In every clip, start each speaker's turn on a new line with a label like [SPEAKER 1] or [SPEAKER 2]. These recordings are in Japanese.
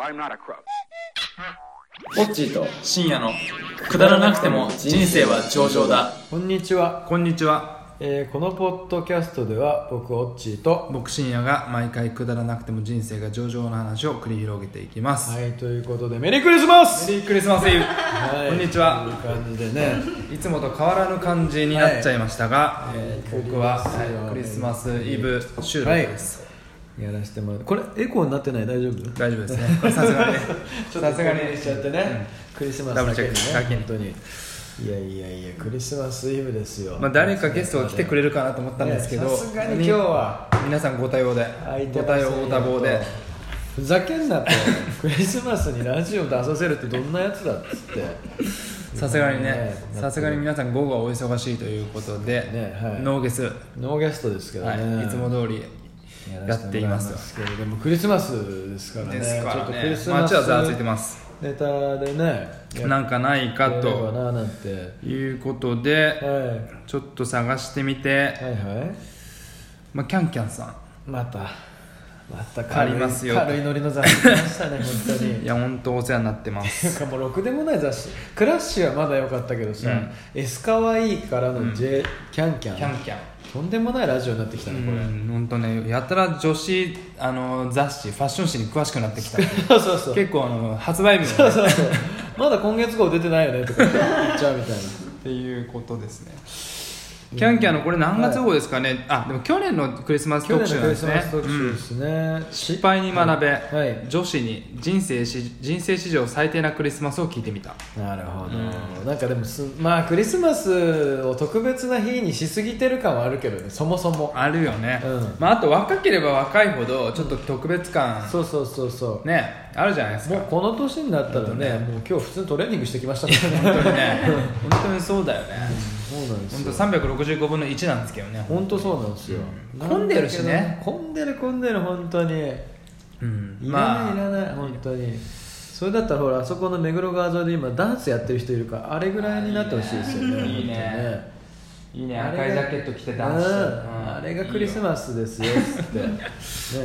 [SPEAKER 1] I'm not a crook.
[SPEAKER 2] ポッチーと
[SPEAKER 3] 深夜のくだらなくても人生は上々だ
[SPEAKER 4] こんにちは、
[SPEAKER 5] こんにちは
[SPEAKER 4] えーこのポッドキャストでは僕オッチーと
[SPEAKER 5] 僕深夜が毎回くだらなくても人生が上々の話を繰り広げていきます、
[SPEAKER 4] はいということでメリークリスマス
[SPEAKER 5] メリークリスマスイブ、
[SPEAKER 4] はい
[SPEAKER 5] こんにちは
[SPEAKER 4] という感じでね
[SPEAKER 5] いつもと変わらぬ感じになっちゃいましたが、えー
[SPEAKER 4] はい
[SPEAKER 5] 僕は、
[SPEAKER 4] クリスマス
[SPEAKER 5] はいクリスマスイブ収録です、
[SPEAKER 4] やらせてもらうこれエコーになってない大丈夫
[SPEAKER 5] 大丈夫ですねこれさすがにね
[SPEAKER 4] ちょっ
[SPEAKER 5] さ
[SPEAKER 4] と
[SPEAKER 5] すがに
[SPEAKER 4] 購入しちゃってね、クリスマス
[SPEAKER 5] ダブ
[SPEAKER 4] だ
[SPEAKER 5] ルチ
[SPEAKER 4] け
[SPEAKER 5] ェ
[SPEAKER 4] に
[SPEAKER 5] ッ
[SPEAKER 4] ね
[SPEAKER 5] ク
[SPEAKER 4] 本当にいやいやいやクリスマスイブですよ
[SPEAKER 5] まあ誰かゲストが来てくれるかなと思ったんですけど
[SPEAKER 4] ねさすがに今日は
[SPEAKER 5] 皆さんご対応で
[SPEAKER 4] 相手
[SPEAKER 5] ご対応ご多忙で
[SPEAKER 4] ふざけんなとクリスマスにラジオ出させるってどんなやつだっつって
[SPEAKER 5] さすがにね
[SPEAKER 4] ね
[SPEAKER 5] さすがに皆さん午後はお忙しいということで、
[SPEAKER 4] ねはい
[SPEAKER 5] ノーゲス、
[SPEAKER 4] ノーゲストですけどね、
[SPEAKER 5] はい、いつも通りやっています
[SPEAKER 4] やらせてもらいけれどもクリスマスですからね
[SPEAKER 5] ですから
[SPEAKER 4] ちょっとク
[SPEAKER 5] ね
[SPEAKER 4] リスマス
[SPEAKER 5] 街はざわついてます
[SPEAKER 4] ネタでね
[SPEAKER 5] なんかないか
[SPEAKER 4] やれれば
[SPEAKER 5] と
[SPEAKER 4] ななんて、はい、
[SPEAKER 5] いうことで
[SPEAKER 4] は
[SPEAKER 5] ちょっと探してみて
[SPEAKER 4] いはい
[SPEAKER 5] まあキャンキャンさ
[SPEAKER 4] またまた
[SPEAKER 5] あ
[SPEAKER 4] 軽い
[SPEAKER 5] りますよ
[SPEAKER 4] 軽いノリの雑誌来ました ね本当
[SPEAKER 5] んい
[SPEAKER 4] に
[SPEAKER 5] や本当お世話になってます
[SPEAKER 4] なんかもうろくでもない雑誌クラッシュはまだ良かったけどさ、
[SPEAKER 5] うん
[SPEAKER 4] エスカワイイからの J、キャン キャン
[SPEAKER 5] キャンキャン
[SPEAKER 4] とんでもないラジオになってきた
[SPEAKER 5] う
[SPEAKER 4] ねこれ、
[SPEAKER 5] ん本当ねやたら女子あの雑誌ファッション誌に詳しくなって きた
[SPEAKER 4] そうそうそう
[SPEAKER 5] 結構あの発売日
[SPEAKER 4] そう
[SPEAKER 5] もね
[SPEAKER 4] そうそうまだ今月号出てないよねとか言っちゃうみたいな
[SPEAKER 5] っていうことですねキャンキャンのこれ何月号ですかねあでも去年のクリスマス
[SPEAKER 4] 去
[SPEAKER 5] 特
[SPEAKER 4] 年
[SPEAKER 5] 集
[SPEAKER 4] の
[SPEAKER 5] なん
[SPEAKER 4] ク
[SPEAKER 5] で
[SPEAKER 4] リ
[SPEAKER 5] す
[SPEAKER 4] ス
[SPEAKER 5] ね
[SPEAKER 4] マス 特
[SPEAKER 5] う
[SPEAKER 4] 集
[SPEAKER 5] ん
[SPEAKER 4] ですね、
[SPEAKER 5] 失敗に学べ、
[SPEAKER 4] はい
[SPEAKER 5] 女子に人生し人生史上最低なクリスマスを聞いてみた
[SPEAKER 4] なるほど、なんかでもすまあクリスマスを特別な日にしすぎてる感はあるけどねそもそも
[SPEAKER 5] あるよね、
[SPEAKER 4] うん
[SPEAKER 5] まあ、あと若ければ若いほどちょっと特別感、
[SPEAKER 4] そうそうそうそう、
[SPEAKER 5] ねあるじゃないですか
[SPEAKER 4] もうこの年になったらねもう今日普通にトレーニングしてきましたもんね
[SPEAKER 5] 本当に ね本当にそうだよね
[SPEAKER 4] そうなんです
[SPEAKER 5] 本
[SPEAKER 4] よ
[SPEAKER 5] 当365分の1なんですけどね
[SPEAKER 4] 本当そうなんですよ、
[SPEAKER 5] うん混んでるしね
[SPEAKER 4] 混んでる混んでる本当に
[SPEAKER 5] うん
[SPEAKER 4] いら
[SPEAKER 5] ま
[SPEAKER 4] ないいら
[SPEAKER 5] あ
[SPEAKER 4] ない、本当にそれだったらほらあそこの目黒川沿いで今ダンスやってる人いるからあれぐらいになってほしいですよね
[SPEAKER 5] いいね
[SPEAKER 4] 本当に
[SPEAKER 5] いいね
[SPEAKER 4] あ
[SPEAKER 5] 赤
[SPEAKER 4] れが
[SPEAKER 5] いジャケット着てダン
[SPEAKER 4] う
[SPEAKER 5] ス
[SPEAKER 4] ん
[SPEAKER 5] うん
[SPEAKER 4] あれがクリスマスですよっつってね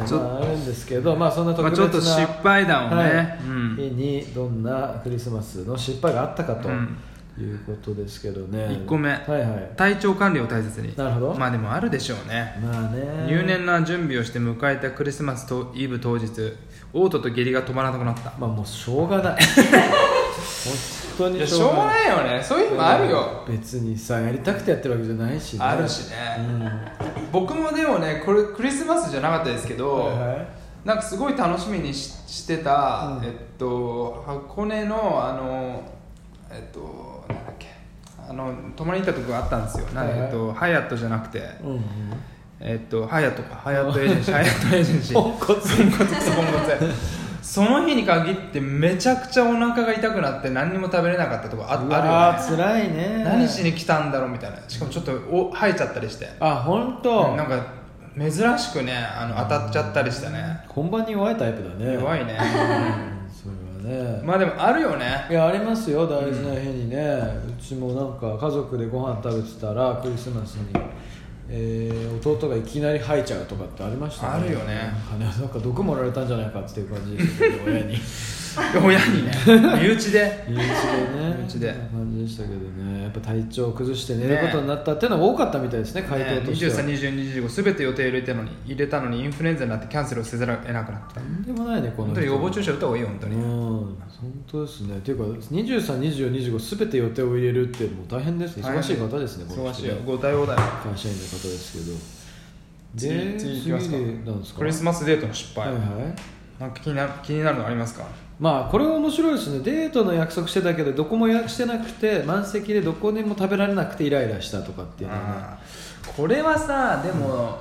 [SPEAKER 5] ちょ
[SPEAKER 4] まああるんですけどまあそんな特
[SPEAKER 5] まあ
[SPEAKER 4] 別
[SPEAKER 5] ち
[SPEAKER 4] な、
[SPEAKER 5] ょっと失敗談をね
[SPEAKER 4] はい
[SPEAKER 5] うん
[SPEAKER 4] 日にどんなクリスマスの失敗があったかと、
[SPEAKER 5] うん
[SPEAKER 4] いうことですけどね
[SPEAKER 5] 1個目、
[SPEAKER 4] はいはい
[SPEAKER 5] 体調管理を大切に
[SPEAKER 4] なるほど
[SPEAKER 5] まあでもあるでしょうね
[SPEAKER 4] まあね
[SPEAKER 5] 入念な準備をして迎えたクリスマスとイブ当日嘔吐と下痢が止まらなくなった
[SPEAKER 4] まあもうしょうがな い本当
[SPEAKER 5] い
[SPEAKER 4] に
[SPEAKER 5] やしょうがないよねそういう日もあるよ、
[SPEAKER 4] 別にさやりたくてやってるわけじゃないし、
[SPEAKER 5] あるしね、僕もでもねこれクリスマスじゃなかったですけど、
[SPEAKER 4] はいはい
[SPEAKER 5] なんかすごい楽しみにししてた、えっと箱根のあのえっとなんだっけあの泊まりに行ったとこがあったんですよ、なんで
[SPEAKER 4] はいは
[SPEAKER 5] え
[SPEAKER 4] い
[SPEAKER 5] っとハヤットじゃなくて、
[SPEAKER 4] うんうん、
[SPEAKER 5] えっとハヤットかハヤットエージェン シーハヤットエージェンシー
[SPEAKER 4] ポンコツ
[SPEAKER 5] ポンコツクソポンコツその日に限ってめちゃくちゃお腹が痛くなって何にも食べれなかったとこああるよね
[SPEAKER 4] あつらいね
[SPEAKER 5] 何しに来たんだろうみたいなしかもちょっとお生えちゃったりして
[SPEAKER 4] あ本当、
[SPEAKER 5] なんか珍しくねあの当たっちゃったりしてね
[SPEAKER 4] 本番に弱いタイプだね
[SPEAKER 5] 弱
[SPEAKER 4] い
[SPEAKER 5] いね
[SPEAKER 4] それはね、
[SPEAKER 5] まあでもあるよね
[SPEAKER 4] いやありますよ大事な日にね、うちもなんか家族でご飯食べてたらクリスマスに、えー弟がいきなり吐いちゃうとかってありました
[SPEAKER 5] あるよね
[SPEAKER 4] なんかねなんか毒盛られたんじゃないかっていう感じで すけど親に
[SPEAKER 5] 親にね身内で
[SPEAKER 4] 身内でね
[SPEAKER 5] 身内で
[SPEAKER 4] そんな感じでしたけどねやっぱ体調を崩して寝ることになったっていうのが多かったみたいですね 回答としては、
[SPEAKER 5] 232225全て予定入れてのに入れたのにインフルエンザになってキャンセルをせざるを得なくなった
[SPEAKER 4] とんでもないねこの
[SPEAKER 5] 本
[SPEAKER 4] 人
[SPEAKER 5] 当に予防注射打った方がいいよ本当
[SPEAKER 4] うん
[SPEAKER 5] に
[SPEAKER 4] 本当ですねっていうか232425全て予定を入れるってもう大変ですね忙しい方ですねこの
[SPEAKER 5] 忙
[SPEAKER 4] 人
[SPEAKER 5] しい
[SPEAKER 4] ね
[SPEAKER 5] よご対応だよ
[SPEAKER 4] 会社員の方ですけど
[SPEAKER 5] 次
[SPEAKER 4] で
[SPEAKER 5] 次い
[SPEAKER 4] 次
[SPEAKER 5] きますか
[SPEAKER 4] なんですか
[SPEAKER 5] クリスマスデートの失敗
[SPEAKER 4] はいはい
[SPEAKER 5] なんか気にな気になるのありますか
[SPEAKER 4] まあこれは面白いですねデートの約束してたけどどこも予約してなくて満席でどこにも食べられなくてイライラしたとかっていうの
[SPEAKER 5] あ
[SPEAKER 4] は
[SPEAKER 5] ーこれはさでも、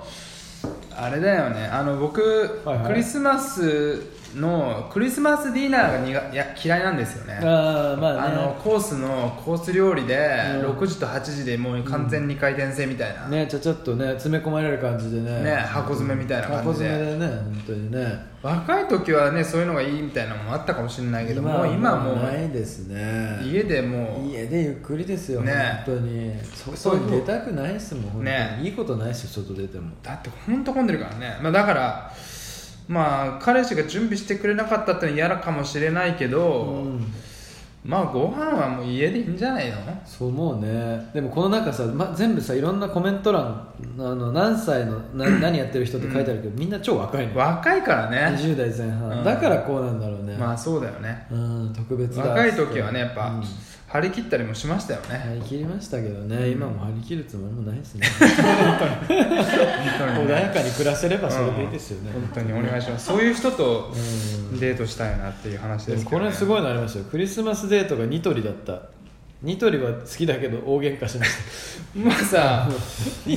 [SPEAKER 5] あれだよねあの僕、
[SPEAKER 4] はいはい
[SPEAKER 5] クリスマスのクリスマスディナーがにがいや嫌いなんですよね
[SPEAKER 4] ねああまあ
[SPEAKER 5] あ
[SPEAKER 4] ね
[SPEAKER 5] のコースのコース料理で
[SPEAKER 4] うん
[SPEAKER 5] 6時と8時でもう完全に回転制みたいな、ね
[SPEAKER 4] ねちゃちゃっとね詰め込まれる感じでね
[SPEAKER 5] 箱詰めみたいな
[SPEAKER 4] 箱
[SPEAKER 5] 感じ
[SPEAKER 4] 詰め
[SPEAKER 5] で
[SPEAKER 4] でね本当にね
[SPEAKER 5] 若い時はねそういうのがいいみたいなのもあったかもしれないけどもう今はも
[SPEAKER 4] な
[SPEAKER 5] う
[SPEAKER 4] いですね
[SPEAKER 5] 家でも
[SPEAKER 4] 家でゆっくりですよ、
[SPEAKER 5] ね
[SPEAKER 4] 本当に
[SPEAKER 5] そう
[SPEAKER 4] 外に出たくないですもん本当に
[SPEAKER 5] ね
[SPEAKER 4] いいことないですよ外出ても
[SPEAKER 5] うだってほんと混んでるからね、まあ、だからまあ彼氏が準備してくれなかったってのは嫌かもしれないけど、
[SPEAKER 4] うん
[SPEAKER 5] まあご飯はもう家でいいんじゃないの
[SPEAKER 4] そう思うねでもこの中さ、ま、全部さいろんなコメント欄あの何歳のな 何やってる人って書いてあるけど、みんな超若いの
[SPEAKER 5] 若いからね
[SPEAKER 4] 20代前半、
[SPEAKER 5] うん
[SPEAKER 4] だからこうなんだろうね、
[SPEAKER 5] まあそうだよね
[SPEAKER 4] うん特別だ
[SPEAKER 5] 若い時はねやっぱ、
[SPEAKER 4] うん
[SPEAKER 5] 張り切ったりもしましたよね
[SPEAKER 4] 張り切りましたけどね、今も張り切るつもりもないですね
[SPEAKER 5] 本当に
[SPEAKER 4] 穏
[SPEAKER 5] ね
[SPEAKER 4] やかに暮らせればそれでいいですよね、
[SPEAKER 5] 本当にお願いしますそういう人と
[SPEAKER 4] うん
[SPEAKER 5] デートしたいなっていう話
[SPEAKER 4] で
[SPEAKER 5] で
[SPEAKER 4] も
[SPEAKER 5] すけ
[SPEAKER 4] こ
[SPEAKER 5] ど、ね、
[SPEAKER 4] れすごいのありましたよクリスマスデートがニトリだったニトリは好きだけど大喧嘩しました
[SPEAKER 5] まあさ
[SPEAKER 4] ニ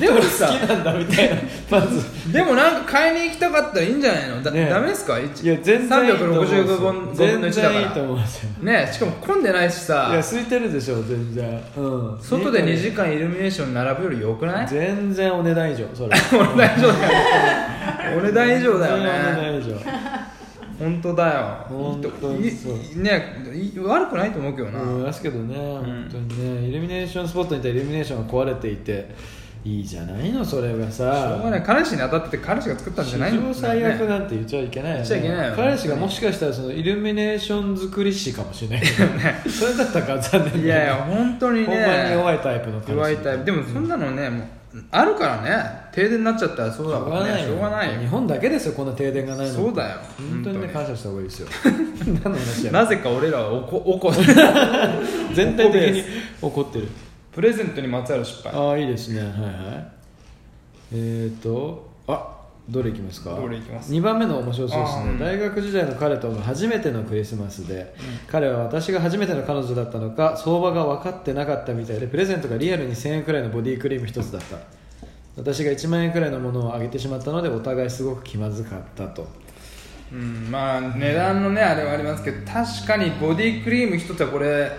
[SPEAKER 5] で
[SPEAKER 4] ト
[SPEAKER 5] も
[SPEAKER 4] リ好
[SPEAKER 5] さ
[SPEAKER 4] きなんだみ たいなまず
[SPEAKER 5] でもなんか買いに行きたかったらいいんじゃないのだ、
[SPEAKER 4] ねえ
[SPEAKER 5] ダメですかい
[SPEAKER 4] いや全然いいと思うんですよ
[SPEAKER 5] 365分の
[SPEAKER 4] 全
[SPEAKER 5] 1だから
[SPEAKER 4] 然いいと思うんですよ
[SPEAKER 5] ねえしかも混んでないし
[SPEAKER 4] いや
[SPEAKER 5] さ
[SPEAKER 4] 空いてるでしょ全然、うん、
[SPEAKER 5] 外で2時
[SPEAKER 4] 間
[SPEAKER 5] 間イルミネーション並ぶよりよくない
[SPEAKER 4] 全然お値段以上それ
[SPEAKER 5] お値段以上だよねお値段以上だ
[SPEAKER 4] 全
[SPEAKER 5] よね
[SPEAKER 4] 然お値段以上
[SPEAKER 5] 本当だよ
[SPEAKER 4] 本当にそう
[SPEAKER 5] いいねい悪くないと思うけどな、
[SPEAKER 4] うん、ですけどね、本当にねイルミネーションスポットにいたイルミネーションが壊れていていいじゃないのそれが
[SPEAKER 5] しょうが
[SPEAKER 4] さ
[SPEAKER 5] ない彼氏に当たってて彼氏が作ったんじゃない
[SPEAKER 4] 史上
[SPEAKER 5] の
[SPEAKER 4] 最悪なんて言っちゃいけない
[SPEAKER 5] 言
[SPEAKER 4] よね
[SPEAKER 5] っちゃいけないよ
[SPEAKER 4] 彼氏がもしかしたらそのイルミネーション作り師かもし れないけどねそれだったから残念だけど
[SPEAKER 5] いやいや本当にね
[SPEAKER 4] 本番に弱いタイプの彼氏
[SPEAKER 5] 弱いタイプでもそんなのね、もうあるからね停電になっちゃったらそうだもんね
[SPEAKER 4] よ
[SPEAKER 5] しょうがないよ
[SPEAKER 4] 日本だけですよこんな停電がないの
[SPEAKER 5] そうだよ
[SPEAKER 4] 本当にね
[SPEAKER 5] 本
[SPEAKER 4] 感謝した方がいいですよ何の話や
[SPEAKER 5] なぜか俺らは怒怒
[SPEAKER 4] 全体的に怒ってる
[SPEAKER 5] プレゼントにまつわる失敗
[SPEAKER 4] ああいいですねはいはいえーとあどれいきますか
[SPEAKER 5] どれいきます
[SPEAKER 4] 2番目の面白そうです
[SPEAKER 5] あ
[SPEAKER 4] ね、
[SPEAKER 5] ーうん
[SPEAKER 4] 大学時代の彼との初めてのクリスマスで、彼は私が初めての彼女だったのか相場が分かってなかったみたいでプレゼントがリアルに1000円くらいのボディクリーム1つだった私が1万円くらいのものをあげてしまったのでお互いすごく気まずかったと
[SPEAKER 5] うんまあ値段のねあれはありますけど確かにボディクリーム一つはこれ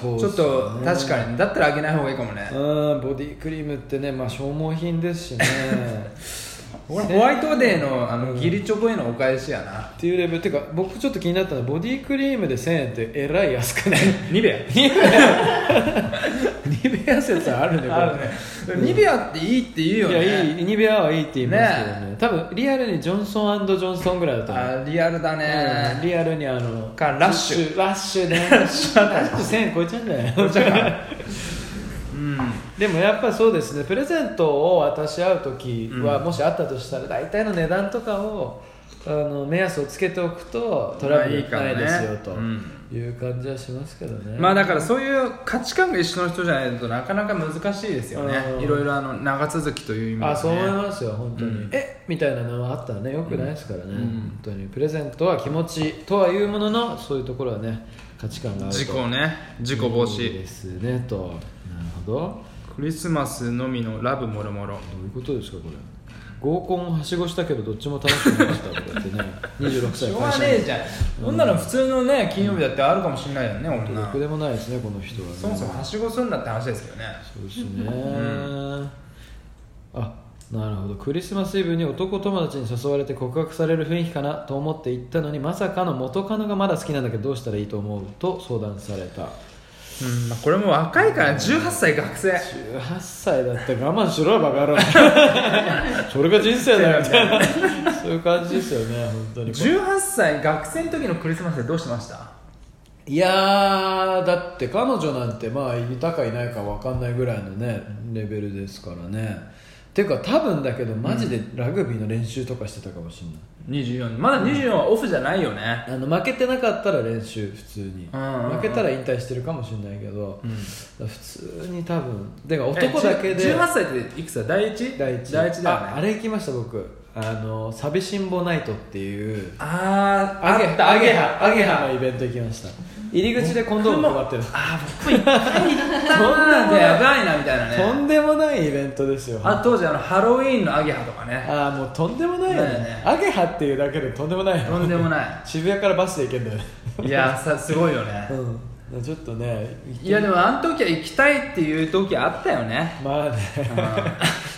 [SPEAKER 4] そうっすね
[SPEAKER 5] ちょっと確かにだったらあげない方がいいかもね
[SPEAKER 4] うんボディクリームってね、まあ、消耗品です しね
[SPEAKER 5] 俺ホワイトデーのあの義理チョコへのお返しやな
[SPEAKER 4] っていうレベルっていうか僕ちょっと気になったのはボディクリームで1000円ってえらい安くない
[SPEAKER 5] ニベ
[SPEAKER 4] ニベア ニベア説あるねこれ
[SPEAKER 5] アあるねニベアっていいって言うよ
[SPEAKER 4] い
[SPEAKER 5] ね
[SPEAKER 4] やいいニベアはいいって言いますけどね
[SPEAKER 5] ね
[SPEAKER 4] 多分リアルにジョンソンジョンソンぐらいだと思う
[SPEAKER 5] あリアルだ
[SPEAKER 4] うん
[SPEAKER 5] ね
[SPEAKER 4] リアルにあの
[SPEAKER 5] かラッシュ
[SPEAKER 4] ラッシュ ねラッシュ1000円超えちゃうんだよ
[SPEAKER 5] うん
[SPEAKER 4] でもやっぱりそうですねプレゼントを渡し合う時は、
[SPEAKER 5] うん
[SPEAKER 4] もしあったとしたら大体の値段とかをあの目安をつけておくとトラブル
[SPEAKER 5] まあ
[SPEAKER 4] ない
[SPEAKER 5] いかもね
[SPEAKER 4] ですよと
[SPEAKER 5] うん
[SPEAKER 4] いう感じはしますけどね、
[SPEAKER 5] まあだからそういう価値観が一緒の人じゃないとなかなか難しいですよ
[SPEAKER 4] うん
[SPEAKER 5] ねいろいろあの長続きという意味で、ね、
[SPEAKER 4] あそう思いますよ本当に、
[SPEAKER 5] うん
[SPEAKER 4] えみたいなのはあったらねよくないですからね、
[SPEAKER 5] うん
[SPEAKER 4] 本当にプレゼントは気持ちとはいうもののそういうところはね価値観があると
[SPEAKER 5] 事故ね事故防
[SPEAKER 4] いい
[SPEAKER 5] 止
[SPEAKER 4] ですねとなるほど
[SPEAKER 5] クリスマスのみのラブもろもろ
[SPEAKER 4] どういうことですかこれ合コンをはしごしたけどどっちも楽しくなかったとかってね 26歳の会社員
[SPEAKER 5] じゃんそんなの普通のね金曜日だってあるかもしれないよね
[SPEAKER 4] ろくでもないですねこの人はね
[SPEAKER 5] そもそもはしごするんだって話ですけどね
[SPEAKER 4] そうですね、あなるほどクリスマスイブに男友達に誘われて告白される雰囲気かなと思って行ったのにまさかの元カノがまだ好きなんだけどどうしたらいいと思うと相談された
[SPEAKER 5] うん、まあ、これも若いから18歳学生
[SPEAKER 4] 18歳だって我慢しろよバカ野 郎それが人生だよみたいな そういう感じですよね本当に
[SPEAKER 5] 18歳学生の時のクリスマスでどうしてました
[SPEAKER 4] いやーだって彼女なんてまあいたかいないか分かんないぐらいのねレベルですからねていうか多分だけどマジでラグビーの練習とかしてたかもしれない、
[SPEAKER 5] 24まだ24はオフじゃないよね、
[SPEAKER 4] あの負けてなかったら練習普通に、
[SPEAKER 5] うんうんうん
[SPEAKER 4] 負けたら引退してるかもしれないけど、
[SPEAKER 5] うん
[SPEAKER 4] 普通に多分だから男だけ
[SPEAKER 5] え
[SPEAKER 4] で
[SPEAKER 5] 18歳っていくつだ第一
[SPEAKER 4] 第一
[SPEAKER 5] 第一だよね
[SPEAKER 4] ああれ行きました僕あの寂しんぼナイトっていう
[SPEAKER 5] あーあ
[SPEAKER 4] アゲ
[SPEAKER 5] った
[SPEAKER 4] ハ
[SPEAKER 5] アゲハ
[SPEAKER 4] ハアゲハのイベント行きました入り口でコンドーム配ってる
[SPEAKER 5] あー僕も一回行ったなんでやばいなみたいなね
[SPEAKER 4] とんでもないイベントですよ
[SPEAKER 5] あ当時あのハロウィーンのアゲハとかね
[SPEAKER 4] あーもうとんでもないよね
[SPEAKER 5] ねえねえ
[SPEAKER 4] アゲハっていうだけでとんでもないよ
[SPEAKER 5] とんでもな
[SPEAKER 4] 渋谷からバスで行けんだよね
[SPEAKER 5] いいやさすごいよね
[SPEAKER 4] うんちょっとね
[SPEAKER 5] いやでもあの時は行きたいっていう時あったよね
[SPEAKER 4] まあね
[SPEAKER 5] ん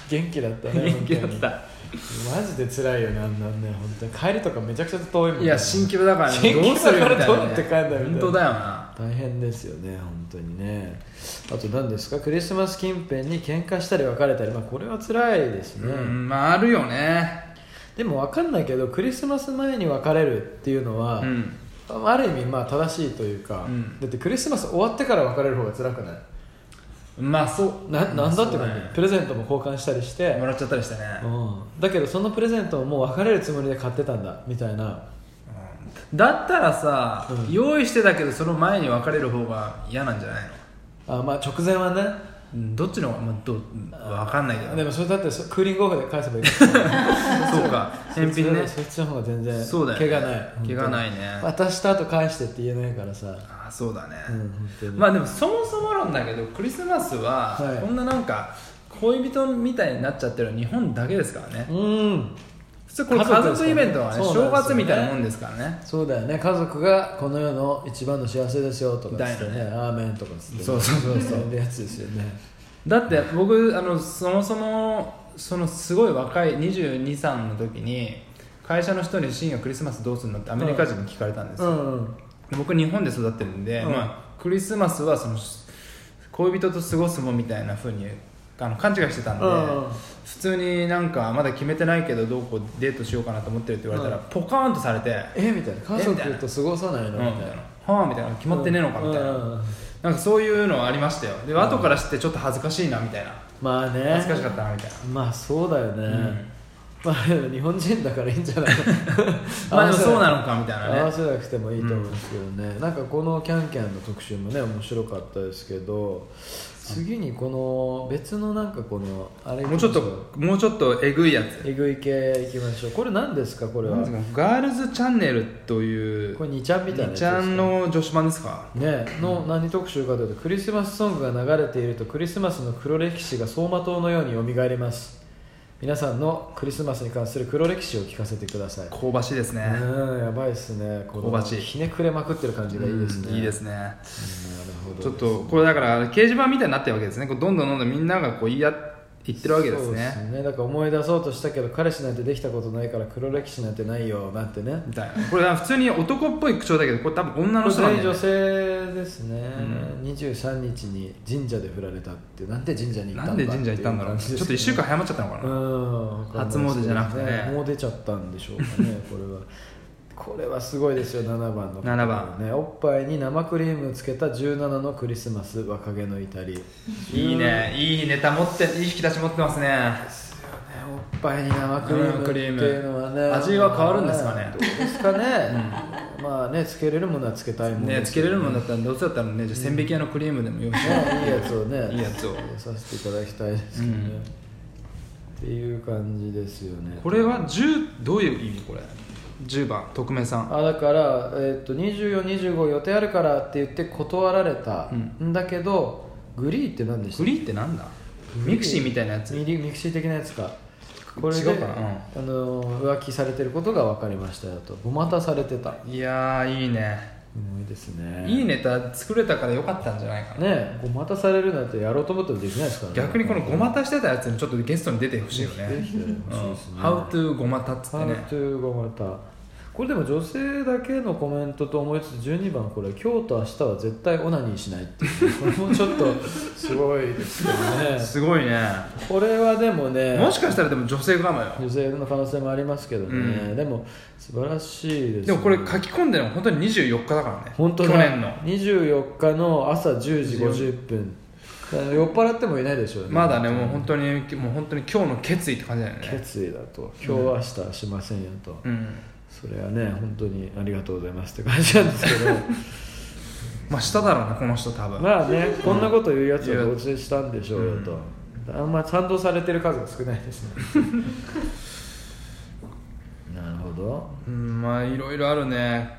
[SPEAKER 4] 元気だったね
[SPEAKER 5] 元気だった
[SPEAKER 4] マジで辛いよねあんなんね本当に帰りとかめちゃくちゃ遠いもん、ね、
[SPEAKER 5] いや新規だからね
[SPEAKER 4] 新規
[SPEAKER 5] どうするみたいな、
[SPEAKER 4] だ
[SPEAKER 5] ね、
[SPEAKER 4] からどうやって帰んだよみたいな
[SPEAKER 5] 本当だよな
[SPEAKER 4] 大変ですよね本当にねあと何ですかクリスマス近辺に喧嘩したり別れたりまあこれは辛いですね、
[SPEAKER 5] うんまああるよね
[SPEAKER 4] でも分かんないけどクリスマス前に別れるっていうのは、
[SPEAKER 5] うん
[SPEAKER 4] ある意味まあ正しいというか、
[SPEAKER 5] うん
[SPEAKER 4] だってクリスマス終わってから別れる方が辛くない
[SPEAKER 5] まあそう
[SPEAKER 4] ななんだって
[SPEAKER 5] そう
[SPEAKER 4] 感じ、
[SPEAKER 5] ね
[SPEAKER 4] プレゼントも交換したりして、
[SPEAKER 5] もらっちゃったりしたね、
[SPEAKER 4] うん、だけどそのプレゼントをもう別れるつもりで買ってたんだみたいな
[SPEAKER 5] だったらさ、
[SPEAKER 4] うん
[SPEAKER 5] 用意してたけどその前に別れる方が嫌なんじゃないの
[SPEAKER 4] あまあ直前はね
[SPEAKER 5] うんどっちの方が、まあ、ど分かんないけど
[SPEAKER 4] でもそれだってそクーリングオフで返せばいいか ら
[SPEAKER 5] そうか返品ね
[SPEAKER 4] そっちの方が全然
[SPEAKER 5] そうだよね
[SPEAKER 4] 怪我ない
[SPEAKER 5] 怪我ないね
[SPEAKER 4] 本当に渡した後返してって言えないからさ
[SPEAKER 5] あそうだね、
[SPEAKER 4] うん本当に
[SPEAKER 5] まあでもそもそも論だけどクリスマスは
[SPEAKER 4] はい
[SPEAKER 5] こんななんか恋人みたいになっちゃってるの日本だけですからね
[SPEAKER 4] うん
[SPEAKER 5] 普通これ
[SPEAKER 4] 家
[SPEAKER 5] 家
[SPEAKER 4] 族ですか
[SPEAKER 5] 族
[SPEAKER 4] らね
[SPEAKER 5] イベントはね
[SPEAKER 4] そうな
[SPEAKER 5] 正
[SPEAKER 4] んですよね
[SPEAKER 5] 月みたいなもんですからね
[SPEAKER 4] そうだよね家族がこの世の一番の幸せですよとかっつってね
[SPEAKER 5] だよ
[SPEAKER 4] アーメンとかっつってね
[SPEAKER 5] そうそうそうそう
[SPEAKER 4] やるやつですよね
[SPEAKER 5] だって僕あのそもそもそのすごい若い22歳の時に会社の人に深夜クリスマスどうするのってアメリカ人に聞かれたんです
[SPEAKER 4] う
[SPEAKER 5] よ、
[SPEAKER 4] んうん
[SPEAKER 5] 僕日本で育ってるんで、
[SPEAKER 4] うん
[SPEAKER 5] まあ、クリスマスはその恋人と過ごすもんみたいなふうにあの勘違いしてたんで、
[SPEAKER 4] うん
[SPEAKER 5] 普通になんかまだ決めてないけどどうこうデートしようかなと思ってるって言われたら、
[SPEAKER 4] う
[SPEAKER 5] ポカーンとされて「
[SPEAKER 4] えみたいな家族と過ごさないの
[SPEAKER 5] うん」
[SPEAKER 4] み
[SPEAKER 5] みたい
[SPEAKER 4] たいな
[SPEAKER 5] な「はあ」みたいな「決まってねえのか」みたいな、
[SPEAKER 4] うん
[SPEAKER 5] なんかそういうのはありましたよで後から知ってちょっと恥ずかしいなみたいな
[SPEAKER 4] まあね
[SPEAKER 5] 恥ずかしかったなみたいな
[SPEAKER 4] まあそうだよね、
[SPEAKER 5] ん
[SPEAKER 4] まあでも日本人だからいいんじゃない
[SPEAKER 5] まあでもそうなのかみたいなね
[SPEAKER 4] 合わせなくてもいいと思うんですけどね、なんかこの「キャンキャンの特集もね面白かったですけど次にこの別のなんかこのあれ
[SPEAKER 5] もうちょっともうちょっとえぐいやつ
[SPEAKER 4] えぐい系いきましょうこれ何ですかこれは
[SPEAKER 5] なんですかガールズチャンネルという
[SPEAKER 4] これ2ちゃんみたいなや
[SPEAKER 5] 二
[SPEAKER 4] つです
[SPEAKER 5] ち
[SPEAKER 4] か
[SPEAKER 5] ゃんの女子版ですか
[SPEAKER 4] ね、の何特集かというとクリスマスソングが流れているとクリスマスの黒歴史が走馬灯のようによみがえります皆さんのクリスマスに関する黒歴史を聞かせてください
[SPEAKER 5] 香ばしいですね、
[SPEAKER 4] うんやばいですねこの
[SPEAKER 5] 香ばしい
[SPEAKER 4] ひねくれまくってる感じがいいですね、
[SPEAKER 5] うんいいです
[SPEAKER 4] ね
[SPEAKER 5] ね
[SPEAKER 4] なるほど
[SPEAKER 5] ちょっとこれだから掲示板みたいになってるわけですねこうどんどんどんどんみんながこう言い合言ってるわけです
[SPEAKER 4] そう
[SPEAKER 5] ね
[SPEAKER 4] ですねだから思い出そうとしたけど彼氏なんてできたことないから黒歴史なんてないよなんてね
[SPEAKER 5] みたいなこれ普通に男っぽい口調だけどこれ多分女の人なんだよ
[SPEAKER 4] 女
[SPEAKER 5] ね
[SPEAKER 4] 性ですね、23日に神社で振られたってなんで神社に行った
[SPEAKER 5] なん
[SPEAKER 4] だ
[SPEAKER 5] んで神社行ったんだろうねちょっと1週間早まっちゃったのか
[SPEAKER 4] う
[SPEAKER 5] な、
[SPEAKER 4] ん
[SPEAKER 5] 初詣じゃなくてね
[SPEAKER 4] もう出ちゃったんでしょうか ねこれはこれはすごいですよ7番の
[SPEAKER 5] 7番
[SPEAKER 4] ねおっぱいに生クリームつけた17のクリスマス若気の至り
[SPEAKER 5] いいねいいネタ持っていい引き出し持ってますね
[SPEAKER 4] おっぱいに生クリームっていうのはね
[SPEAKER 5] うん味は変わるんですかね
[SPEAKER 4] どうですかね、まあねつけれるものはつけたいもの
[SPEAKER 5] ねつけれるもん
[SPEAKER 4] ね
[SPEAKER 5] だったらどうせだったらねじゃあ千匹屋のクリームでも用意して
[SPEAKER 4] いいやつをね
[SPEAKER 5] いいやつを
[SPEAKER 4] させていただきたいですけど
[SPEAKER 5] う
[SPEAKER 4] ね、
[SPEAKER 5] ん
[SPEAKER 4] っていう感じですよね
[SPEAKER 5] これは10どういう意味これ10番匿名さん
[SPEAKER 4] あだから、えっと2425予定あるからって言って断られた、んだけどグリーって何でした
[SPEAKER 5] フリーってなんだミクシーみたいなやつ
[SPEAKER 4] ミリミクシー的なやつかこれで
[SPEAKER 5] 違うかな
[SPEAKER 4] あの浮気されてることが分かりましたよとごまたされてた
[SPEAKER 5] いやーいいね
[SPEAKER 4] うんいいですね
[SPEAKER 5] いいネ
[SPEAKER 4] ね
[SPEAKER 5] タ作れたからよかったんじゃないかな、
[SPEAKER 4] えごまたされるなんてやろうと思ってもできないですからね
[SPEAKER 5] 逆にこのごまたしてたやつにちょっとゲストに出てほしいよね
[SPEAKER 4] ぜひぜひ
[SPEAKER 5] 「う
[SPEAKER 4] 欲しい
[SPEAKER 5] ん
[SPEAKER 4] ですね
[SPEAKER 5] How to ごまた」っつって
[SPEAKER 4] ハ
[SPEAKER 5] ね
[SPEAKER 4] ートごまたこれでも女性だけのコメントと思いつつ12番これ「今日と明日は絶対オナニーしない」っていうこれもちょっ とすごいですよね
[SPEAKER 5] すごいね
[SPEAKER 4] これはでもね
[SPEAKER 5] もしかしたらでも女性かもよ
[SPEAKER 4] 女性の可能性もありますけどね、
[SPEAKER 5] うん
[SPEAKER 4] でも素晴らしいです、ね、
[SPEAKER 5] でもこれ書き込んでるの本当に24日だからね
[SPEAKER 4] 本当
[SPEAKER 5] 去
[SPEAKER 4] だ
[SPEAKER 5] 年の
[SPEAKER 4] 24日の朝10時50分だから酔っ払ってもいないでしょうね
[SPEAKER 5] まだねもう本当にもう本当に今日の決意って感じだよね
[SPEAKER 4] 決意だと今日は明日はしませんよと、
[SPEAKER 5] うん
[SPEAKER 4] それはね本当にありがとうございますって感じなんですけ
[SPEAKER 5] まあ下だろうなこの人多
[SPEAKER 4] ど
[SPEAKER 5] 分、
[SPEAKER 4] まあねこんなこと言うやつは同時したんでしょうよと、あんま賛同されてる数が少ないですね なるほど
[SPEAKER 5] うんまあいろいろあるね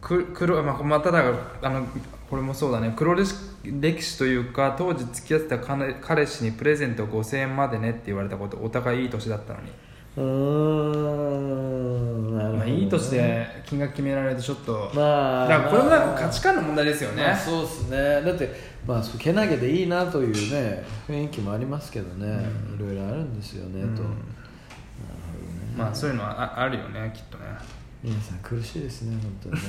[SPEAKER 5] く黒まあまただからあのこれもそうだね黒歴史歴史というか当時付き合ってた彼彼氏にプレゼント5000円までねって言われたことお互いいい年だったのに、
[SPEAKER 4] うーんなるほ
[SPEAKER 5] ま
[SPEAKER 4] どね、
[SPEAKER 5] あ、いい年で金額決められるとちょっと、
[SPEAKER 4] まあ
[SPEAKER 5] だからこれもなんか価値観の問題ですよね、
[SPEAKER 4] まあそうですねだってまあそうけなげでいいなというね雰囲気もありますけどね、いろいろあるんですよね、と
[SPEAKER 5] まあそういうのはああるよねきっとね
[SPEAKER 4] 皆さん苦しいですね本当にね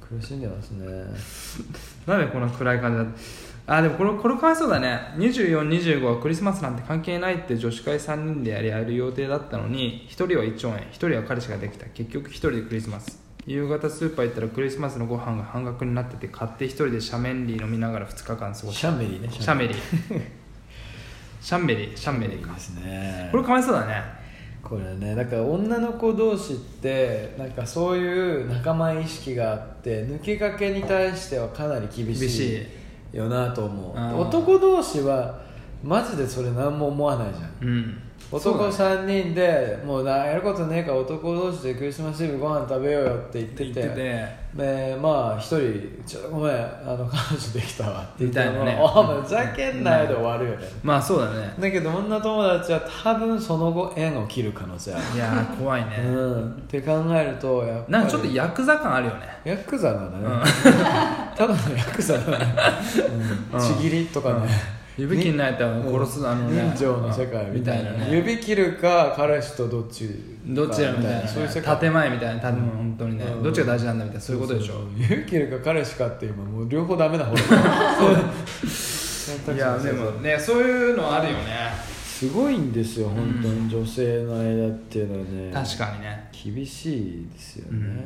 [SPEAKER 4] ク苦しんでますね
[SPEAKER 5] なんでこんな暗い感じだったあでもこれこれかわいそうだね2425はクリスマスなんて関係ないって女子会3人でやり合える予定だったのに1人は1兆円1人は彼氏ができた結局1人でクリスマス夕方スーパー行ったらクリスマスのご飯が半額になってて買って1人でシャメンリー飲みながら2日間過ごし
[SPEAKER 4] シャンメリーね
[SPEAKER 5] シャメリー シャンメリーシャンメリー
[SPEAKER 4] いい
[SPEAKER 5] か
[SPEAKER 4] ですね
[SPEAKER 5] これかわいそうだね
[SPEAKER 4] これねだから女の子同士ってなんかそういう仲間意識があって抜け駆けに対してはかなり厳
[SPEAKER 5] 厳し
[SPEAKER 4] しいよなと思う
[SPEAKER 5] あー
[SPEAKER 4] 男同士はマジでそれ何も思わないじゃん
[SPEAKER 5] うん
[SPEAKER 4] 男3人で、もうなやることねえから男同士でクリスマスイブご飯食べようよって言って
[SPEAKER 5] 言
[SPEAKER 4] て
[SPEAKER 5] ってて
[SPEAKER 4] でまあ一人「ちょっとごめんあの彼女できたわ」って言ったら
[SPEAKER 5] み
[SPEAKER 4] も
[SPEAKER 5] たいな
[SPEAKER 4] う
[SPEAKER 5] ね
[SPEAKER 4] 「お前ふざけんなよ」で終わるよね、
[SPEAKER 5] まあそうだね
[SPEAKER 4] だけど女友達は多分その後縁を切る可能性ある
[SPEAKER 5] いやー怖いね、
[SPEAKER 4] うん、って考えるとやっぱり
[SPEAKER 5] なんかちょっとヤクザ感あるよね
[SPEAKER 4] ヤクザだね、ただのヤクザだね、うんちぎりとかね、
[SPEAKER 5] 指切んないと殺すあのね
[SPEAKER 4] 人情の世界みたいな,、
[SPEAKER 5] みたいなね
[SPEAKER 4] 指切るか彼氏とどっちか
[SPEAKER 5] どっちやみたいな
[SPEAKER 4] そういう世界
[SPEAKER 5] 建前みたいな建物本当にね
[SPEAKER 4] うん
[SPEAKER 5] どっちが大事なんだみたいなそういうことでしょ
[SPEAKER 4] 指切るか彼氏かって今もう両方ダメな 方だ
[SPEAKER 5] いやでもねそういうのあるよね
[SPEAKER 4] すごいんですよ本当に女性の間っていうのはね
[SPEAKER 5] 確かにね
[SPEAKER 4] に厳しいですよね、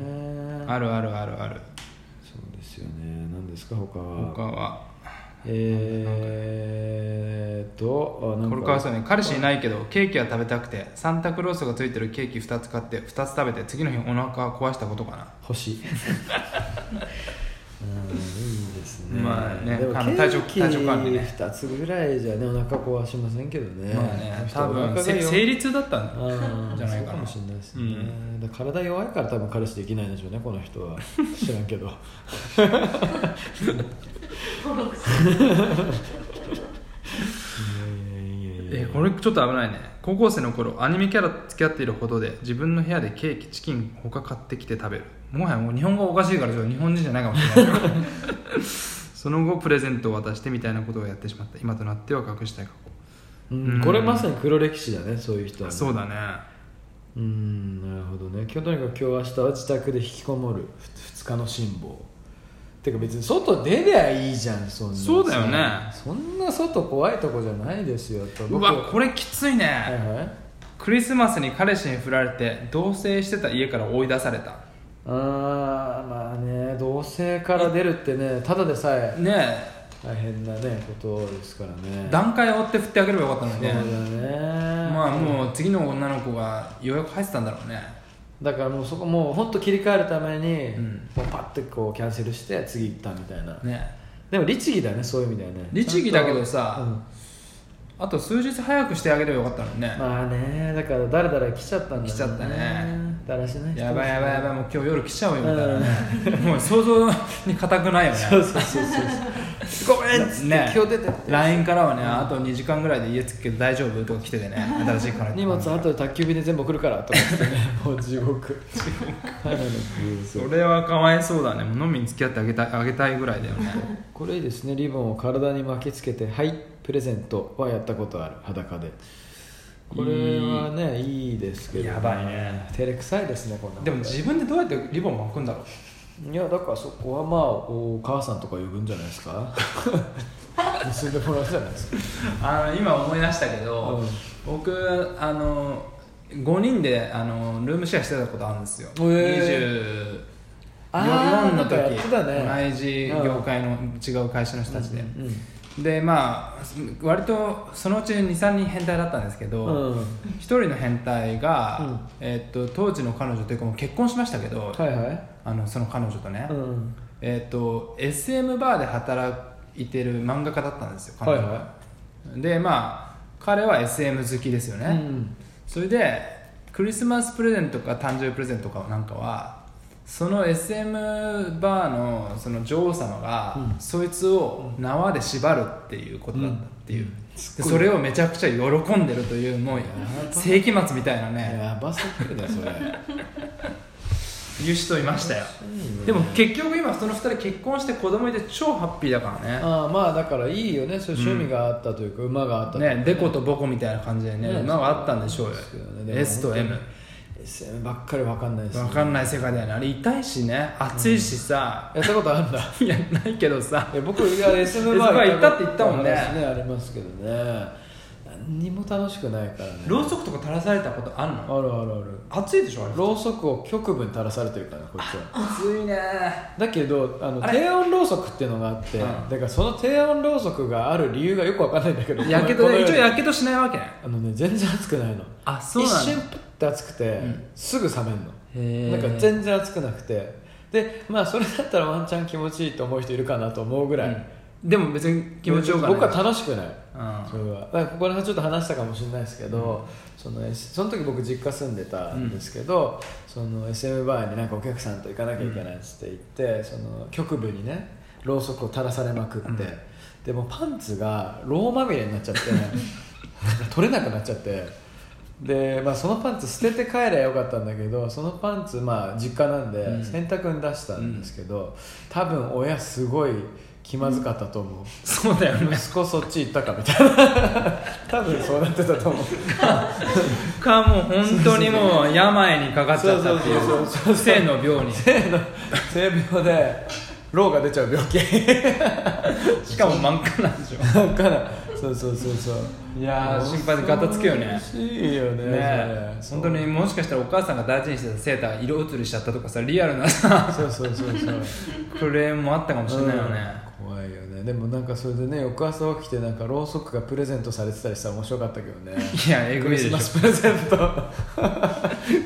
[SPEAKER 5] あるあるあるある
[SPEAKER 4] そうですよね何ですか他は
[SPEAKER 5] 他は
[SPEAKER 4] えーっとあなん
[SPEAKER 5] これからそうね彼氏いないけどケーキは食べたくてサンタクロースがついてるケーキ2つ買って2つ食べて次の日お腹壊したことかな
[SPEAKER 4] 星うんいいですね,、
[SPEAKER 5] まあね
[SPEAKER 4] でもケ
[SPEAKER 5] あの体調
[SPEAKER 4] ーキ
[SPEAKER 5] 体調管理ね
[SPEAKER 4] 2つぐらいじゃねお腹壊しませんけどね
[SPEAKER 5] まあね
[SPEAKER 4] 人
[SPEAKER 5] 多
[SPEAKER 4] お腹
[SPEAKER 5] 分
[SPEAKER 4] が
[SPEAKER 5] せ
[SPEAKER 4] 弱
[SPEAKER 5] 生理痛だったんだ
[SPEAKER 4] あー
[SPEAKER 5] じゃないかな
[SPEAKER 4] そうかもしれないですね、だから体弱いから多分彼氏できないんでしょうねこの人は知らん けどいやいやいやい
[SPEAKER 5] え
[SPEAKER 4] や
[SPEAKER 5] これちょっと危ないね高校生の頃アニメキャラと付き合っているほどで自分の部屋でケーキチキン他買ってきて食べるもはやもう日本語おかしいからちょっと日本人じゃないかも しれないその後プレゼントを渡してみたいなことをやってしまった今となっては隠したい過
[SPEAKER 4] うんこれまさに黒歴史だねそういう人は
[SPEAKER 5] 去
[SPEAKER 4] ね、
[SPEAKER 5] そうだね
[SPEAKER 4] うーんなるほどね今日とにかく今日明日は自宅で引きこもる2日の辛抱てか別に外出りゃいいじゃんそんな
[SPEAKER 5] そうだよね
[SPEAKER 4] そんな外怖いとこじゃないですよと
[SPEAKER 5] う
[SPEAKER 4] 僕
[SPEAKER 5] わこれきついね、
[SPEAKER 4] はいはい
[SPEAKER 5] クリスマスに彼氏に振られて同棲してた家から追い出された
[SPEAKER 4] あーまあね同性から出るってねただでさえ
[SPEAKER 5] ねえ
[SPEAKER 4] 大変なねことですからね
[SPEAKER 5] 段階を追って振ってあげればよかったの
[SPEAKER 4] そ
[SPEAKER 5] に
[SPEAKER 4] うだ
[SPEAKER 5] ね
[SPEAKER 4] ね
[SPEAKER 5] まあもう次の女の子がようやく入ってたんだろうね
[SPEAKER 4] だからもうそこもう本当切り替えるために、
[SPEAKER 5] うん
[SPEAKER 4] もうパッてこうキャンセルして次行ったみたいな、
[SPEAKER 5] ねえ
[SPEAKER 4] でも律儀だねそういう意味だよね
[SPEAKER 5] 律儀だけど
[SPEAKER 4] ちゃ
[SPEAKER 5] さ、
[SPEAKER 4] んとうん
[SPEAKER 5] あと数日早くしてあげればよかったのにね、
[SPEAKER 4] まあねだからだらだら来ちゃったんだろうね
[SPEAKER 5] 来ちゃったね
[SPEAKER 4] だらしない人ですね
[SPEAKER 5] やばいやばいやばいもう今日夜来ちゃうよみたいなね、 もう想像に固くないよね
[SPEAKER 4] そうそうそうそうごめんっつって、
[SPEAKER 5] ね
[SPEAKER 4] 今日出てって
[SPEAKER 5] LINE からはね、あと2時間ぐらいで家着くけど大丈夫とか来ててね新しい彼女
[SPEAKER 4] 荷物あとで宅急便で全部送るからとか言って ねもう地獄地獄
[SPEAKER 5] それはかわいそうだねもう飲みに付き合ってあげたいあげたいぐらいだよね
[SPEAKER 4] これいいですねリボンを体に巻きつけて「はいプレゼント」はやったことある裸でこれはねいいですけど、
[SPEAKER 5] やばいね
[SPEAKER 4] 照れくさいですねこんなこ と
[SPEAKER 5] でも自分でどうやってリボン巻くんだろう
[SPEAKER 4] いやだからそこはまあお母さんとか呼ぶんじゃないですか 結んでもらうじゃないですか
[SPEAKER 5] あの今思い出したけど、僕あの5人であのルームシェアしてたことあるんですよ、
[SPEAKER 4] へあー
[SPEAKER 5] 24の
[SPEAKER 4] なんかやってたね
[SPEAKER 5] 時同じ業界の違う会社の人たちで、
[SPEAKER 4] うん
[SPEAKER 5] でまあ割とそのうち23人変態だったんですけど、
[SPEAKER 4] うん
[SPEAKER 5] 1人の変態が、
[SPEAKER 4] うん
[SPEAKER 5] えっと当時の彼女というかもう結婚しましたけど、
[SPEAKER 4] はいはい
[SPEAKER 5] あのその彼女とね、
[SPEAKER 4] うん
[SPEAKER 5] えっ、と SM バーで働いてる漫画家だったんですよ彼女
[SPEAKER 4] はいは
[SPEAKER 5] でまあ彼は SM 好きですよね、
[SPEAKER 4] うん
[SPEAKER 5] それでクリスマスプレゼントか誕生日プレゼントかなんかはその SM バーのその女王様が、そいつを縄で縛るっていうことだったっていう、でそれをめちゃくちゃ喜んでるという もう世紀末みたいなね
[SPEAKER 4] やばすぎるねそ れ
[SPEAKER 5] いう人いましたよでも結局今その2人結婚して子供いて超ハッピーだからね
[SPEAKER 4] ああまあだからいいよねそういう趣味があったというか、馬があったというか
[SPEAKER 5] ねデコとボコみたいな感じでね
[SPEAKER 4] ね
[SPEAKER 5] 馬があったんでしょうよ
[SPEAKER 4] そうですよねでも
[SPEAKER 5] S と M
[SPEAKER 4] え SM ばっかりわかんないです、
[SPEAKER 5] 分かんない世界だよねあれ痛いしね暑いしさ、
[SPEAKER 4] やったことあるん だ
[SPEAKER 5] いやないけどさ
[SPEAKER 4] え僕いや SM バ
[SPEAKER 5] SM バ
[SPEAKER 4] ー
[SPEAKER 5] ー行ったって言ったもんね
[SPEAKER 4] 話ありますけどね何にも楽しくないからね
[SPEAKER 5] ろうそくとか垂らされたことあん
[SPEAKER 4] あ
[SPEAKER 5] の
[SPEAKER 4] るあるある
[SPEAKER 5] 暑いでしょあれ
[SPEAKER 4] ろうそくを局部に垂らされてるからこっちは
[SPEAKER 5] 暑いね
[SPEAKER 4] だけどあの
[SPEAKER 5] あれ
[SPEAKER 4] 低温ろうそくっていうのがあって、
[SPEAKER 5] うん
[SPEAKER 4] だからその低温ろうそくがある理由がよくわかんないんだけど
[SPEAKER 5] やけ
[SPEAKER 4] こ
[SPEAKER 5] ど
[SPEAKER 4] の
[SPEAKER 5] ね
[SPEAKER 4] 世
[SPEAKER 5] 一応
[SPEAKER 4] に
[SPEAKER 5] やけどしないわけ
[SPEAKER 4] あのね全然熱くないの
[SPEAKER 5] あ
[SPEAKER 4] 一瞬プッて熱くて、
[SPEAKER 5] ん
[SPEAKER 4] すぐ冷めんの
[SPEAKER 5] へ
[SPEAKER 4] なん
[SPEAKER 5] ー
[SPEAKER 4] か全然熱くなくてでまあそれだったらワンチャン気持ちいいと思う人いるかなと思うぐらい、
[SPEAKER 5] うんでも別に気持ちよくはない
[SPEAKER 4] 僕は楽しくな
[SPEAKER 5] う
[SPEAKER 4] い
[SPEAKER 5] ん
[SPEAKER 4] それはだからここら辺ちょっと話したかもしれないですけど、その S- その時僕実家住んでたんですけど、その SM バーになんかお客さんと行かなきゃいけないっつって言って、その局部にねろうそくを垂らされまくって、でもパンツがろうまみれになっちゃって取れなくなっちゃってで、まあ、そのパンツ捨てて帰りゃよかったんだけどそのパンツまあ実家なんで、
[SPEAKER 5] うん
[SPEAKER 4] 洗濯に出したんですけど、多分親すごい気まずかったと思う、
[SPEAKER 5] そうだよね
[SPEAKER 4] 息子そっち行ったかみたいな 多分そうなってたと思う
[SPEAKER 5] かもう本当にもう病にかかっちゃったってい
[SPEAKER 4] そううそうそうそう
[SPEAKER 5] 性の病に
[SPEAKER 4] 性病でろうが出ちゃう病気
[SPEAKER 5] しかも真っ赤なんでしょ
[SPEAKER 4] だからそうそうそうそう
[SPEAKER 5] いやー心配でガタつくよね
[SPEAKER 4] 恐ろしいよね
[SPEAKER 5] ね
[SPEAKER 4] それ
[SPEAKER 5] 本当にもしかしたらお母さんが大事にしてたセーターが色移りしちゃったとかさリアルな さ
[SPEAKER 4] そうそうそうそう
[SPEAKER 5] クレームもあったかもしれないよね、
[SPEAKER 4] うん怖いよねでもなんかそれでね翌朝起きてなんかろうそくがプレゼントされてたりしたら面白かったけどね
[SPEAKER 5] いやえ
[SPEAKER 4] ク
[SPEAKER 5] ぐい
[SPEAKER 4] リ
[SPEAKER 5] で
[SPEAKER 4] ス
[SPEAKER 5] し
[SPEAKER 4] マ
[SPEAKER 5] ょ
[SPEAKER 4] スプレゼント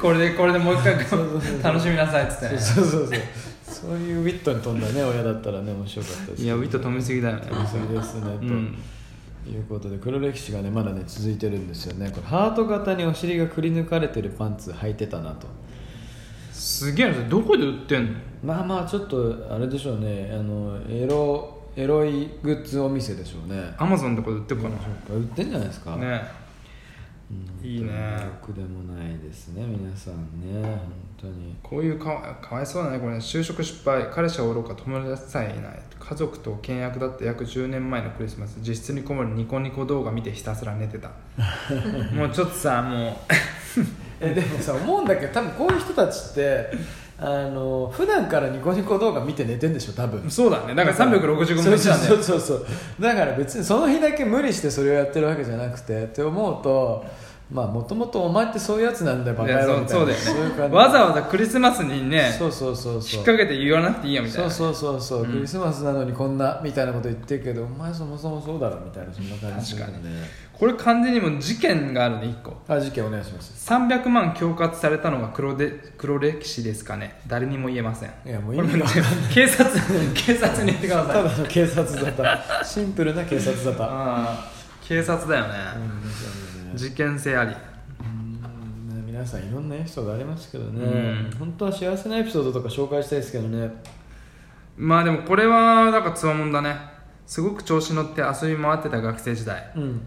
[SPEAKER 5] これでこれでもう一回
[SPEAKER 4] うそうそう
[SPEAKER 5] 楽しみなさいっつってね
[SPEAKER 4] そうそうそうそういうウィットに飛んだね親だったらね面白かったです
[SPEAKER 5] いやウィット止めすぎだよね
[SPEAKER 4] それですねと、
[SPEAKER 5] うん
[SPEAKER 4] いうことで黒歴史がねまだね続いてるんですよねこれハート型にお尻がくり抜かれてるパンツ履いてたなと
[SPEAKER 5] すげえなそれどこで売ってんの
[SPEAKER 4] まあまあちょっとあれでしょうねあのエロエロいグッズお店でしょうね
[SPEAKER 5] アマゾンとかで売ってるか
[SPEAKER 4] 売ってんじゃないですか
[SPEAKER 5] なねいいね
[SPEAKER 4] 僕でもないですね皆さんね本当に
[SPEAKER 5] こういうかわかわいそうだねこれ就職失敗彼氏はおろか友達さえいない家族と倹約だった約10年前のクリスマス実質にこもりニコニコ動画見てひたすら寝て たもうちょっとさもう
[SPEAKER 4] えでもさ思うんだけど多分こういう人たちってあの普段からニコニコ動画見て寝てんでしょ多分
[SPEAKER 5] そうだねだから365分なん
[SPEAKER 4] そう
[SPEAKER 5] だ
[SPEAKER 4] そ
[SPEAKER 5] よ
[SPEAKER 4] うそうそうだから別にその日だけ無理してそれをやってるわけじゃなくてって思うとまあもともとお前ってそういうやつなんだよバ
[SPEAKER 5] い
[SPEAKER 4] カ
[SPEAKER 5] や
[SPEAKER 4] 野
[SPEAKER 5] そ
[SPEAKER 4] 郎み
[SPEAKER 5] う
[SPEAKER 4] たい
[SPEAKER 5] そう
[SPEAKER 4] な
[SPEAKER 5] だよ
[SPEAKER 4] いう
[SPEAKER 5] ね
[SPEAKER 4] 感じ
[SPEAKER 5] わざわざクリスマスにね
[SPEAKER 4] そうそうそ
[SPEAKER 5] 引
[SPEAKER 4] うそう
[SPEAKER 5] っ掛けて言わなくていいやみたい
[SPEAKER 4] そう
[SPEAKER 5] な
[SPEAKER 4] そうそうそう、クリスマスなのにこんなみたいなこと言ってるけどお前そもそもそうだろみたいなそんな感じ
[SPEAKER 5] 確か
[SPEAKER 4] ね
[SPEAKER 5] これ完全にもう事件があるね1個
[SPEAKER 4] あ事件お願いします
[SPEAKER 5] 300万恐喝されたのが黒で黒歴史ですかね誰にも言えません
[SPEAKER 4] いやもう意味が
[SPEAKER 5] これもう警察警察に言ってくだ
[SPEAKER 4] た
[SPEAKER 5] さい
[SPEAKER 4] だの警察だったシンプルな警察だった
[SPEAKER 5] あー警察だよね、事件性あり
[SPEAKER 4] うんね皆さんいろんなエピソードありますけどね、
[SPEAKER 5] うん
[SPEAKER 4] 本当は幸せなエピソードとか紹介したいですけどね
[SPEAKER 5] まあでもこれはなんかつわもんだねすごく調子乗って遊び回ってた学生時代
[SPEAKER 4] うん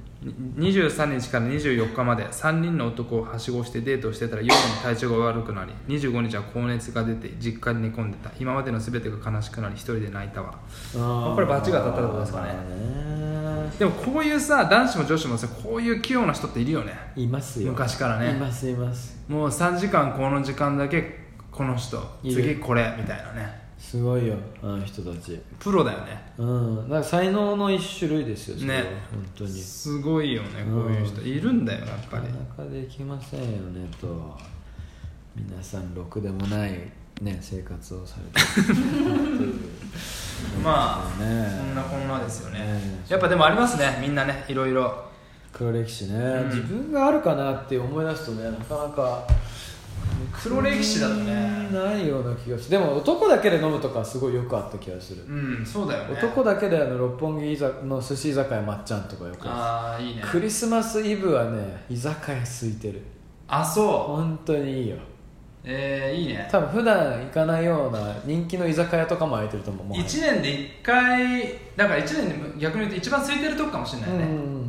[SPEAKER 5] に23日から24日まで3人の男をはしごしてデートをしてたら夜に体調が悪くなり25日は高熱が出て実家に寝込んでた今までの全てが悲しくなり一人で泣いたわ
[SPEAKER 4] あ
[SPEAKER 5] これ罰が当たったってことですかね
[SPEAKER 4] ね
[SPEAKER 5] でもこういうさ男子も女子もさこういう器用な人っているよね
[SPEAKER 4] いますよ
[SPEAKER 5] 昔から
[SPEAKER 4] い
[SPEAKER 5] ね
[SPEAKER 4] ますいます
[SPEAKER 5] もう3時間この時間だけこの人
[SPEAKER 4] いる
[SPEAKER 5] 次これみたいなね
[SPEAKER 4] すごいよあの人たち
[SPEAKER 5] プロだよね
[SPEAKER 4] うんだから才能の一種類ですよそれは
[SPEAKER 5] ね
[SPEAKER 4] 本当に
[SPEAKER 5] すごいよねこういう人
[SPEAKER 4] うん
[SPEAKER 5] いるんだよやっぱり
[SPEAKER 4] なかなかできませんよねと皆さんろくでもないね生活をされ てる
[SPEAKER 5] まあ
[SPEAKER 4] ね
[SPEAKER 5] そんなこんなですよね
[SPEAKER 4] ね
[SPEAKER 5] やっぱでもありますねみんなねいろいろ
[SPEAKER 4] 黒歴史ね、自分があるかなって思い出すとねなかなか
[SPEAKER 5] 黒歴史だとね
[SPEAKER 4] ないような気がするでも男だけで飲むとかすごいよくあった気がする
[SPEAKER 5] うんそうだよね
[SPEAKER 4] 男だけであの六本木居酒の寿司居酒屋まっちゃんとかよくあ
[SPEAKER 5] ああいい
[SPEAKER 4] る
[SPEAKER 5] ね
[SPEAKER 4] クリスマスイブはね居酒屋空いてる
[SPEAKER 5] あそう
[SPEAKER 4] 本当にいいよ
[SPEAKER 5] えー、いいね
[SPEAKER 4] 多分普段行かないような人気の居酒屋とかも空いてると思うもはや
[SPEAKER 5] 1年で1回だから1年で逆に言うと一番空いてるとこかもしれない
[SPEAKER 4] うん
[SPEAKER 5] ね、
[SPEAKER 4] うんうん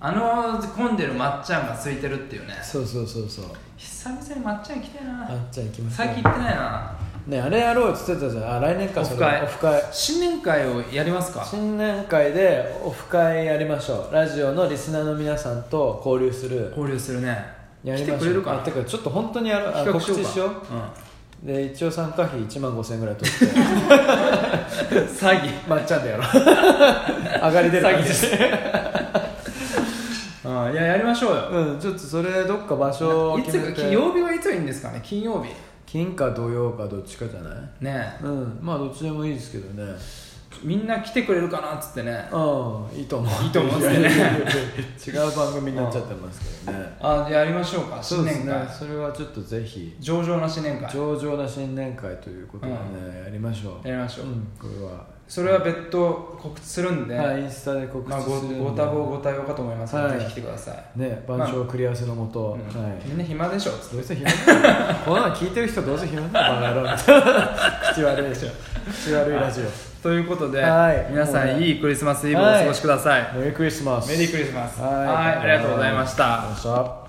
[SPEAKER 5] あの混んでるまっちゃんが空いてるっていうね
[SPEAKER 4] そうそうそうそう
[SPEAKER 5] 久々にまっちゃん来てえ
[SPEAKER 4] あ
[SPEAKER 5] な
[SPEAKER 4] っちゃん行きましょう
[SPEAKER 5] 最近行ってないな
[SPEAKER 4] ねあれやろうって言ってたじゃんあ来年か
[SPEAKER 5] オ
[SPEAKER 4] そ
[SPEAKER 5] フ
[SPEAKER 4] れ
[SPEAKER 5] 会
[SPEAKER 4] オフ会
[SPEAKER 5] 新年会をやりますか
[SPEAKER 4] 新年会でオフ会やりましょうラジオのリスナーの皆さんと交流する
[SPEAKER 5] 交流するね
[SPEAKER 4] やり
[SPEAKER 5] 来
[SPEAKER 4] ましょ
[SPEAKER 5] て
[SPEAKER 4] う
[SPEAKER 5] くれるか
[SPEAKER 4] あ
[SPEAKER 5] な
[SPEAKER 4] てかちょっと本当にやるあ
[SPEAKER 5] 企画
[SPEAKER 4] 告
[SPEAKER 5] しようか
[SPEAKER 4] 知しようで一応参加費1万5000円ぐらい取って
[SPEAKER 5] 詐欺
[SPEAKER 4] まっちゃんでやろう 上がり出る感じ
[SPEAKER 5] うんいややりましょうよ
[SPEAKER 4] うんちょっとそれどっか場所を
[SPEAKER 5] い
[SPEAKER 4] 決
[SPEAKER 5] つ
[SPEAKER 4] めて
[SPEAKER 5] 金曜日はいつがいいんですかね金曜日
[SPEAKER 4] 金か土曜かどっちかじゃない
[SPEAKER 5] ね
[SPEAKER 4] うんまあどっちでもいいですけどね
[SPEAKER 5] みんな来てくれるかなっつってね
[SPEAKER 4] うんいいと思う
[SPEAKER 5] いいと思うんですよね
[SPEAKER 4] いやいやいや 違う番組になっちゃってますけどね
[SPEAKER 5] あやりましょうか
[SPEAKER 4] そ
[SPEAKER 5] 新
[SPEAKER 4] うです
[SPEAKER 5] 年
[SPEAKER 4] ね
[SPEAKER 5] 会
[SPEAKER 4] それはちょっとぜひ
[SPEAKER 5] 上々な新年会
[SPEAKER 4] 上々な新年会ということでねやりましょう
[SPEAKER 5] やりましょう
[SPEAKER 4] うんこれは
[SPEAKER 5] それは別途告知するんで
[SPEAKER 4] はいインスタで告知
[SPEAKER 5] まあご
[SPEAKER 4] するんで
[SPEAKER 5] ご多忙ご多用かと思いますの
[SPEAKER 4] は
[SPEAKER 5] で
[SPEAKER 4] い
[SPEAKER 5] ぜひ来てください
[SPEAKER 4] ね番長繰り合わせのもと、
[SPEAKER 5] うん
[SPEAKER 4] はい
[SPEAKER 5] みんな暇でしょ
[SPEAKER 4] どうせ暇 だよこんなの聞いてる人どうせ暇だよバカ野郎みたいな 口悪いでしょ口悪いラジオ
[SPEAKER 5] ということで
[SPEAKER 4] はい
[SPEAKER 5] 皆さ
[SPEAKER 4] もうね
[SPEAKER 5] んいいクリスマスイブをお過ごしください
[SPEAKER 4] メリークリスマス
[SPEAKER 5] メリークリスマス
[SPEAKER 4] はい
[SPEAKER 5] はいありがとうございました
[SPEAKER 4] ありがとうございました